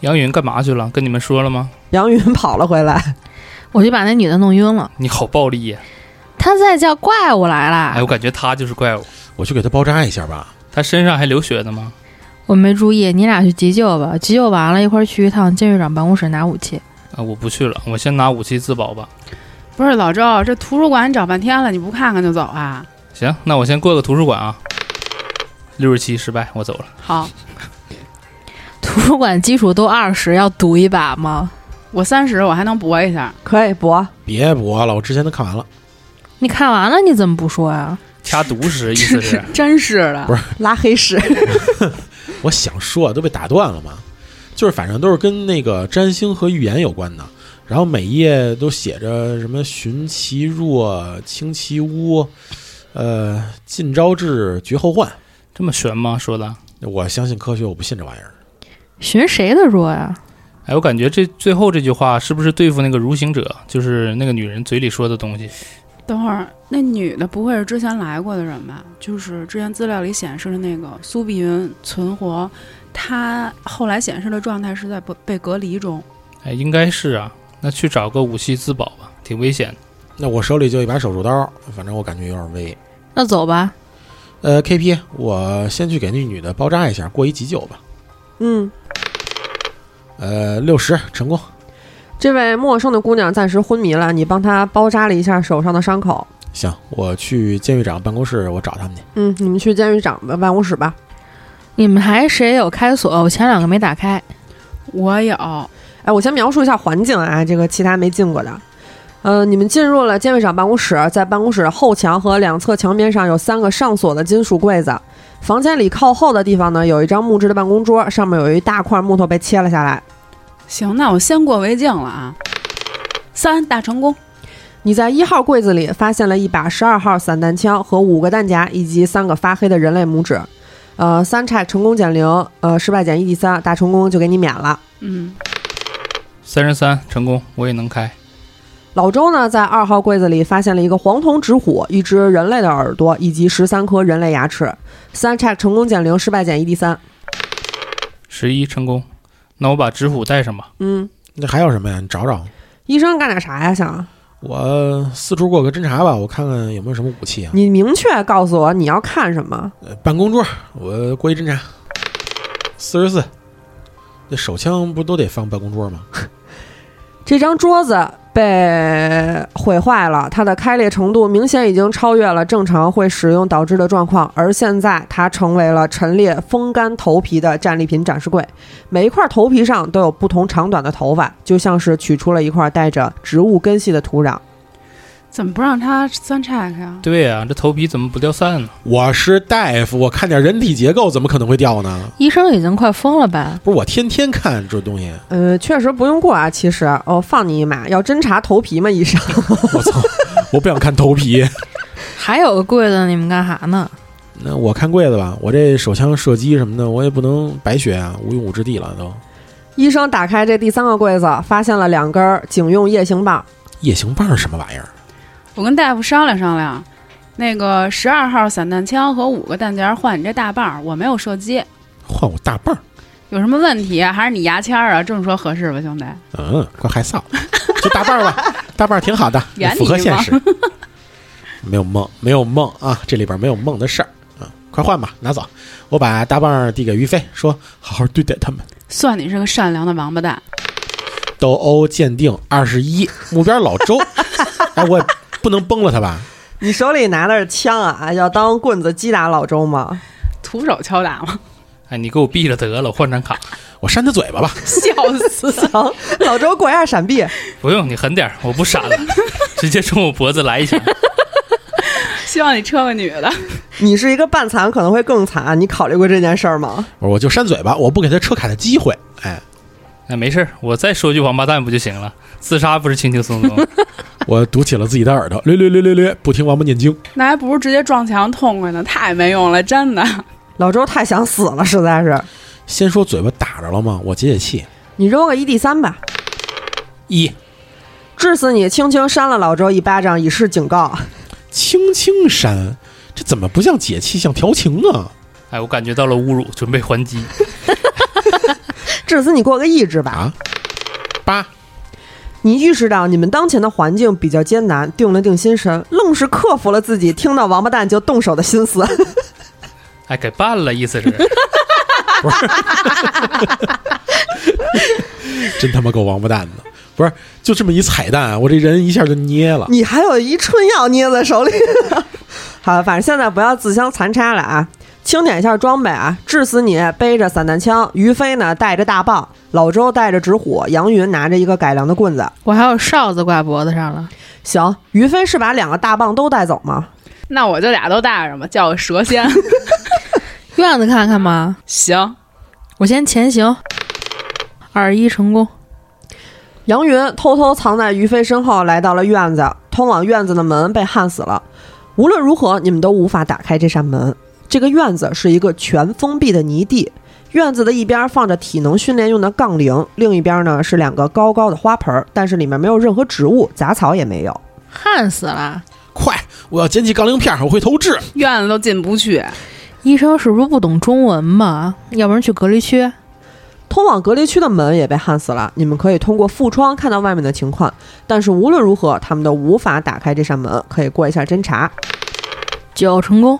Speaker 6: 杨云干嘛去了？跟你们说了吗？
Speaker 3: 杨云 跑了回来，
Speaker 5: 我就把那女的弄晕了。
Speaker 6: 你好暴力呀！
Speaker 5: 她在叫怪物来了，
Speaker 6: 哎，我感觉他就是怪物，
Speaker 7: 我去给他包扎一下吧。
Speaker 6: 他身上还流血呢吗？
Speaker 5: 我没注意，你俩去急救吧。急救完了，一块儿去一趟监狱长办公室拿武器。
Speaker 6: 啊，我不去了，我先拿武器自保吧。
Speaker 4: 不是老周，这图书馆你找半天了，你不看看就走啊？
Speaker 6: 行，那我先过个图书馆啊。六十七失败，我走了。
Speaker 4: 好，
Speaker 5: 图书馆基础都二十，要赌一把吗？
Speaker 4: 我三十，我还能搏一下。
Speaker 3: 可以博
Speaker 7: 别驳了，我之前都看完了。
Speaker 5: 你看完了你怎么不说呀、
Speaker 6: 掐毒石，意思 是
Speaker 4: 真是的，
Speaker 7: 不是
Speaker 3: 拉黑屎。
Speaker 7: 我想说啊都被打断了嘛，就是反正都是跟那个占星和预言有关的，然后每页都写着什么寻其弱，轻其污，呃，近招致，绝后患。
Speaker 6: 这么悬吗？说的？
Speaker 7: 我相信科学，我不信这玩意儿。
Speaker 5: 寻谁的弱呀、
Speaker 6: 哎，我感觉这最后这句话是不是对付那个如行者？就是那个女人嘴里说的东西。
Speaker 4: 等会儿那女的不会是之前来过的人吧？就是之前资料里显示的那个苏碧云存活，她后来显示的状态是在被被隔离中。
Speaker 6: 哎，应该是啊。那去找个武器自保吧，挺危险的。
Speaker 7: 那我手里就一把手术刀，反正我感觉有点危。
Speaker 5: 那走吧，
Speaker 7: 呃，KP，我先去给那女的包扎一下，过一急救吧。
Speaker 3: 嗯，
Speaker 7: 呃，六十成功，
Speaker 3: 这位陌生的姑娘暂时昏迷了，你帮她包扎了一下手上的伤口。
Speaker 7: 行，我去监狱长办公室，我找他们去。
Speaker 3: 嗯，你们去监狱长的办公室吧。
Speaker 5: 你们还谁有开锁？我前两个没打开。
Speaker 4: 我有，
Speaker 3: 哎，我先描述一下环境啊，这个其他没进过的。呃，你们进入了监狱长办公室，在办公室的后墙和两侧墙边上有三个上锁的金属柜子。房间里靠后的地方呢，有一张木质的办公桌，上面有一大块木头被切了下来。
Speaker 4: 行，那我先过为敬了啊。三大成功，
Speaker 3: 你在一号柜子里发现了一把十二号散弹枪和五个弹夹，以及三个发黑的人类拇指。呃，三叉成功减零，呃，失败减一 d 三，大成功就给你免了。
Speaker 4: 嗯，
Speaker 6: 三十三成功，我也能开。
Speaker 3: 老周呢，在二号柜子里发现了一个黄铜纸虎、一只人类的耳朵以及十三颗人类牙齿。三 check 成功减零，失败减一 d 三。
Speaker 6: 十一成功，那我把纸虎带上吧。
Speaker 3: 嗯，
Speaker 7: 那还有什么呀？你找找。
Speaker 3: 医生干点啥呀？想
Speaker 7: 我四处过个侦查吧，我看看有没有什么武器啊。
Speaker 3: 你明确告诉我你要看什么？
Speaker 7: 呃办公桌，我过一侦查。四十四，那手枪不都得放办公桌吗？
Speaker 3: 这张桌子被毁坏了，它的开裂程度明显已经超越了正常会使用导致的状况，而现在它成为了陈列风干头皮的战利品展示柜，每一块头皮上都有不同长短的头发，就像是取出了一块带着植物根系的土壤。
Speaker 4: 怎么不让他三 check 呀？
Speaker 6: 对呀、这头皮怎么不掉散呢？
Speaker 7: 我是大夫，我看点人体结构，怎么可能会掉呢？
Speaker 5: 医生已经快疯了吧？
Speaker 7: 不是我天天看这东西，
Speaker 3: 呃，确实不用过啊。其实，哦，放你一马，要侦查头皮嘛，医生。
Speaker 7: 我操，我不想看头皮。
Speaker 5: 还有个柜子，你们干啥呢？
Speaker 7: 那我看柜子吧，我这手枪射击什么的，我也不能白学啊，无用武之地了都。
Speaker 3: 医生打开这第三个柜子，发现了两根儿警用夜行棒。
Speaker 7: 夜行棒是什么玩意儿？
Speaker 4: 我跟大夫商量商量，那个十二号散弹枪和五个弹夹换你这大棒儿，我没有射击，
Speaker 7: 换我大棒儿，
Speaker 4: 有什么问题啊？还是你牙签儿啊？这么说合适吧，兄弟？
Speaker 7: 嗯，快害臊， 就大棒儿吧，大棒儿挺好的
Speaker 4: 圆，
Speaker 7: 符合
Speaker 4: 你
Speaker 7: 现
Speaker 4: 吗
Speaker 7: 实。没有梦，没有梦啊，这里边没有梦的事儿啊。快换吧，拿走。我把大棒儿递给于飞，说好好对待他们。
Speaker 4: 算你是个善良的王八蛋。
Speaker 7: 斗殴鉴定二十一，目标老周。哎，我不能崩了他吧？
Speaker 3: 你手里拿的是枪啊，要当棍子击打老周 吗？
Speaker 4: 徒手敲打吗？
Speaker 6: 哎，你给我毙了得了，换张卡，
Speaker 7: 我扇他嘴巴吧。
Speaker 4: 笑死！
Speaker 3: 行，老周过一下闪避，
Speaker 6: 不用你狠点儿，我不闪了， 直接冲我脖子来一枪。
Speaker 4: 希望你车个女的。
Speaker 3: 你是一个半残，可能会更惨。你考虑过这件事儿吗？
Speaker 7: 我说我就扇嘴巴，我不给他车卡的机会。哎，
Speaker 6: 哎，没事儿，我再说句王八蛋不就行了？自杀不是轻轻松松？
Speaker 7: 我堵起了自己的耳朵，略略略略略，不听王八念经。
Speaker 4: 那还不如直接撞墙痛快呢，太没用了，真的。
Speaker 3: 老周太想死了，实在是。
Speaker 7: 先说嘴巴打着了吗？我解解气。
Speaker 3: 你扔个一 d 三吧，
Speaker 7: 一
Speaker 3: 致死你轻轻扇了老周一巴掌，以示警告。
Speaker 7: 轻轻扇，这怎么不像解气，像调情啊？
Speaker 6: 哎，我感觉到了侮辱，准备还击。
Speaker 3: 致死你过个意志吧。
Speaker 7: 啊，八
Speaker 3: 你意识到你们当前的环境比较艰难，定了定心神，愣是克服了自己听到王八蛋就动手的心思。
Speaker 6: 哎，给办了，意思是
Speaker 7: 真他妈够王八蛋的！不是，就这么一彩蛋啊，我这人一下就捏了。
Speaker 3: 你还有一春药捏在手里。 好，反正现在不要自相残杀了啊！清点一下装备啊，致死你背着散弹枪，于飞呢带着大棒，老周带着纸虎，杨云拿着一个改良的棍子。
Speaker 5: 我还有哨子挂脖子上了，
Speaker 3: 行，于飞是把两个大棒都带走吗？
Speaker 4: 那我就俩都带上吧，叫我蛇 仙。
Speaker 5: 院子看看嘛。
Speaker 4: 行，
Speaker 5: 我先前行，二一成功。
Speaker 3: 杨云偷偷藏在于飞身后，来到了院子，通往院子的门被焊死了。无论如何，你们都无法打开这扇门。这个院子是一个全封闭的泥地，院子的一边放着体能训练用的杠铃，另一边呢是两个高高的花盆儿，但是里面没有任何植物，杂草也没有。
Speaker 5: 焊死了，
Speaker 7: 快，我要捡起杠铃片儿，我会投掷。
Speaker 4: 院子都进不去。
Speaker 5: 医生是不是不懂中文吧？要不然去隔离区。
Speaker 3: 通往隔离区的门也被焊死了，你们可以通过副窗看到外面的情况，但是无论如何，他们都无法打开这扇门。可以过一下侦查。
Speaker 5: 九成功，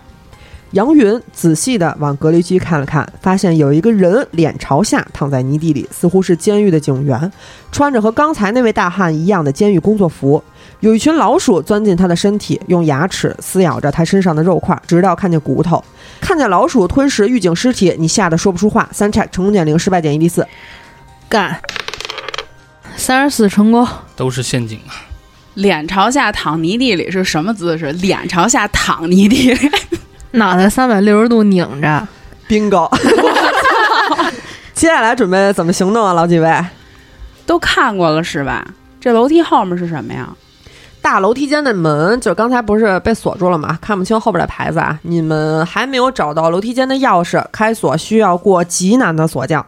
Speaker 3: 杨云仔细地往隔离区看了看，发现有一个人脸朝下躺在泥地里，似乎是监狱的警员，穿着和刚才那位大汉一样的监狱工作服。有一群老鼠钻进他的身体，用牙齿撕咬着他身上的肉块，直到看见骨头。看见老鼠吞食狱警尸体，你吓得说不出话。三拆成功减零，失败减一 d 四。
Speaker 5: 干。三十四成功，
Speaker 6: 都是陷阱啊！
Speaker 4: 脸朝下躺泥地里是什么姿势？脸朝下躺泥地里，
Speaker 5: 脑袋三百六十度拧着。
Speaker 3: bingo。接下来准备怎么行动啊，老几位？
Speaker 4: 都看过了是吧？这楼梯后面是什么呀？
Speaker 3: 大楼梯间的门，就是刚才不是被锁住了嘛，看不清后边的牌子啊。你们还没有找到楼梯间的钥匙，开锁需要过极难的锁匠。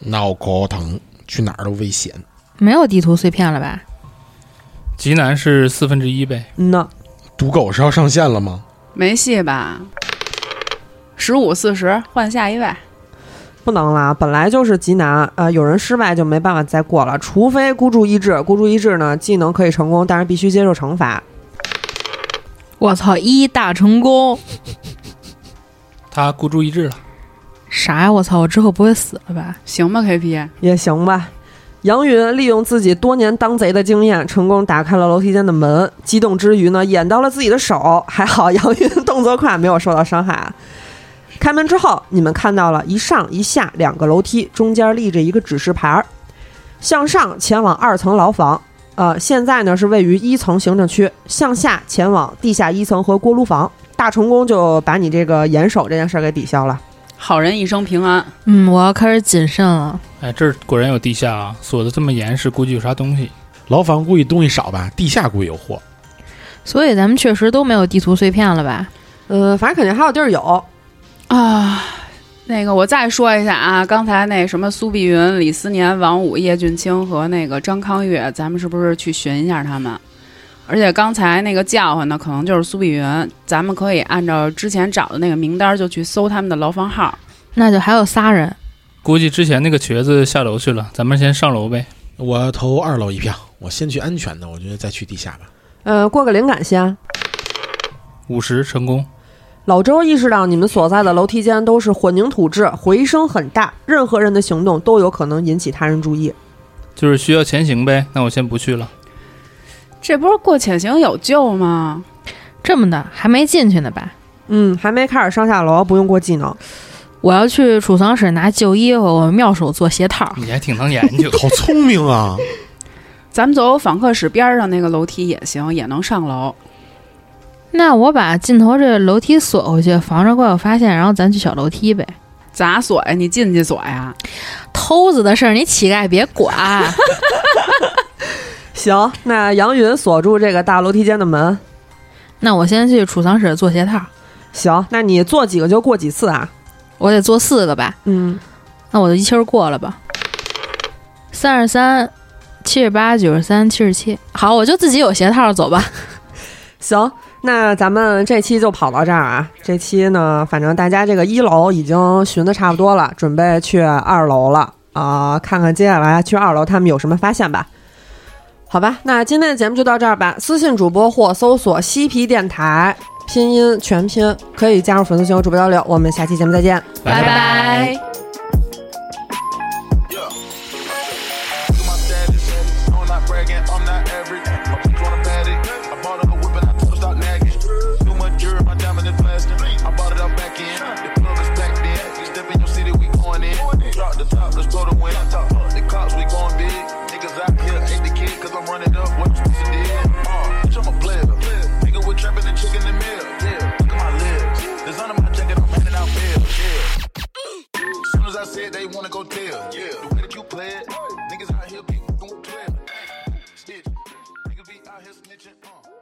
Speaker 7: 脑壳疼，去哪儿都危险。
Speaker 5: 没有地图碎片了吧？
Speaker 6: 极难是四分之一呗。
Speaker 3: 嗯呐，
Speaker 7: 赌狗是要上线了吗？
Speaker 4: 没戏吧？十五四十，换下一位。
Speaker 3: 不能啦，本来就是极难，呃，有人失败就没办法再过了，除非孤注一掷。孤注一掷呢，技能可以成功，但是必须接受惩罚。
Speaker 5: 我操，一大成功！
Speaker 6: 他孤注一掷了，
Speaker 5: 啥呀？我操！我之后不会死了吧？
Speaker 4: 行吧，KP，
Speaker 3: 也行吧。杨云利用自己多年当贼的经验，成功打开了楼梯间的门。激动之余呢，演到了自己的手，还好杨云动作快，没有受到伤害。开门之后，你们看到了一上一下两个楼梯，中间立着一个指示牌儿，向上前往二层牢房。呃，现在呢是位于一层行政区，向下前往地下一层和锅炉房。大成功就把你这个严守这件事儿给抵消了。
Speaker 4: 好人一生平安。
Speaker 5: 嗯，我要开始谨慎了。
Speaker 6: 哎，这儿果然有地下啊！锁的这么严实，估计有啥东西。
Speaker 7: 牢房估计东西少吧，地下估计有货。
Speaker 5: 所以咱们确实都没有地图碎片了吧？
Speaker 3: 呃，反正肯定还有地儿有，
Speaker 4: 啊，那个我再说一下啊，刚才那什么苏碧云、李思年、王武、叶俊卿和那个张康月，咱们是不是去寻一下他们？而且刚才那个叫唤呢，可能就是苏碧云，咱们可以按照之前找的那个名单就去搜他们的牢房号。
Speaker 5: 那就还有仨人。
Speaker 6: 估计之前那个瘸子下楼去了，咱们先上楼呗。
Speaker 7: 我投二楼一票，我先去安全的，我觉得再去地下吧。
Speaker 3: 呃，过个灵感先。
Speaker 6: 五十成功，
Speaker 3: 老周意识到你们所在的楼梯间都是混凝土质，回声很大，任何人的行动都有可能引起他人注意。
Speaker 6: 就是需要前行呗。那我先不去了。
Speaker 4: 这波过潜行有救吗？
Speaker 5: 这么的还没进去呢吧？
Speaker 3: 嗯，还没开始上下楼，不用过技能。
Speaker 5: 我要去储藏室拿旧衣服，我妙手做鞋套。
Speaker 6: 你还挺能研究
Speaker 7: 好聪明啊！
Speaker 4: 咱们走访客室边上那个楼梯也行，也能上楼。
Speaker 5: 那我把尽头这楼梯锁回去，防着怪我发现，然后咱去小楼梯呗。
Speaker 4: 咋锁呀？你进去锁呀？
Speaker 5: 偷子的事儿你乞丐别管，
Speaker 3: 行，那杨云锁住这个大楼梯间的门。
Speaker 5: 那我先去储藏室做鞋套，
Speaker 3: 行，那你做几个就过几次啊？
Speaker 5: 我得做四个吧，
Speaker 3: 嗯，
Speaker 5: 那我就一气儿过了吧。三十三，七十八，九十三，七十七。好，我就自己有鞋套走吧。
Speaker 3: 行，那咱们这期就跑到这儿啊。这期呢，反正大家这个一楼已经寻的差不多了，准备去二楼了啊、看看接下来去二楼他们有什么发现吧。好吧，那今天的节目就到这儿吧。私信主播或搜索“嬉皮电台”拼音全拼，可以加入粉丝群和主播交流。我们下期节目再见。
Speaker 5: 拜拜。
Speaker 1: to my status. No, I'm not bragging, I'm not average. My bitch wanna pat it. I bought up a whip and I told her stop nagging. Too much jerk, my diamond is plastic. I bought it up back in. The club is back then. You step in your city, we going in. Drop the top, let's blow the wind. Top up the cops, we going big. Niggas out here, ain't the kid, cause I'm running up what you used to did. Uh, bitch, I'm a player. Nigga, we're trapping and chicken in the mill. Yeah, look at my lips. Design my jacket, I'm handing out bills. Yeah. Soon as I said they wanna go tell. Yeah. The way that you play it, niggas out here be fucking with player. Stitch. Niggas be out here snitching. Uh.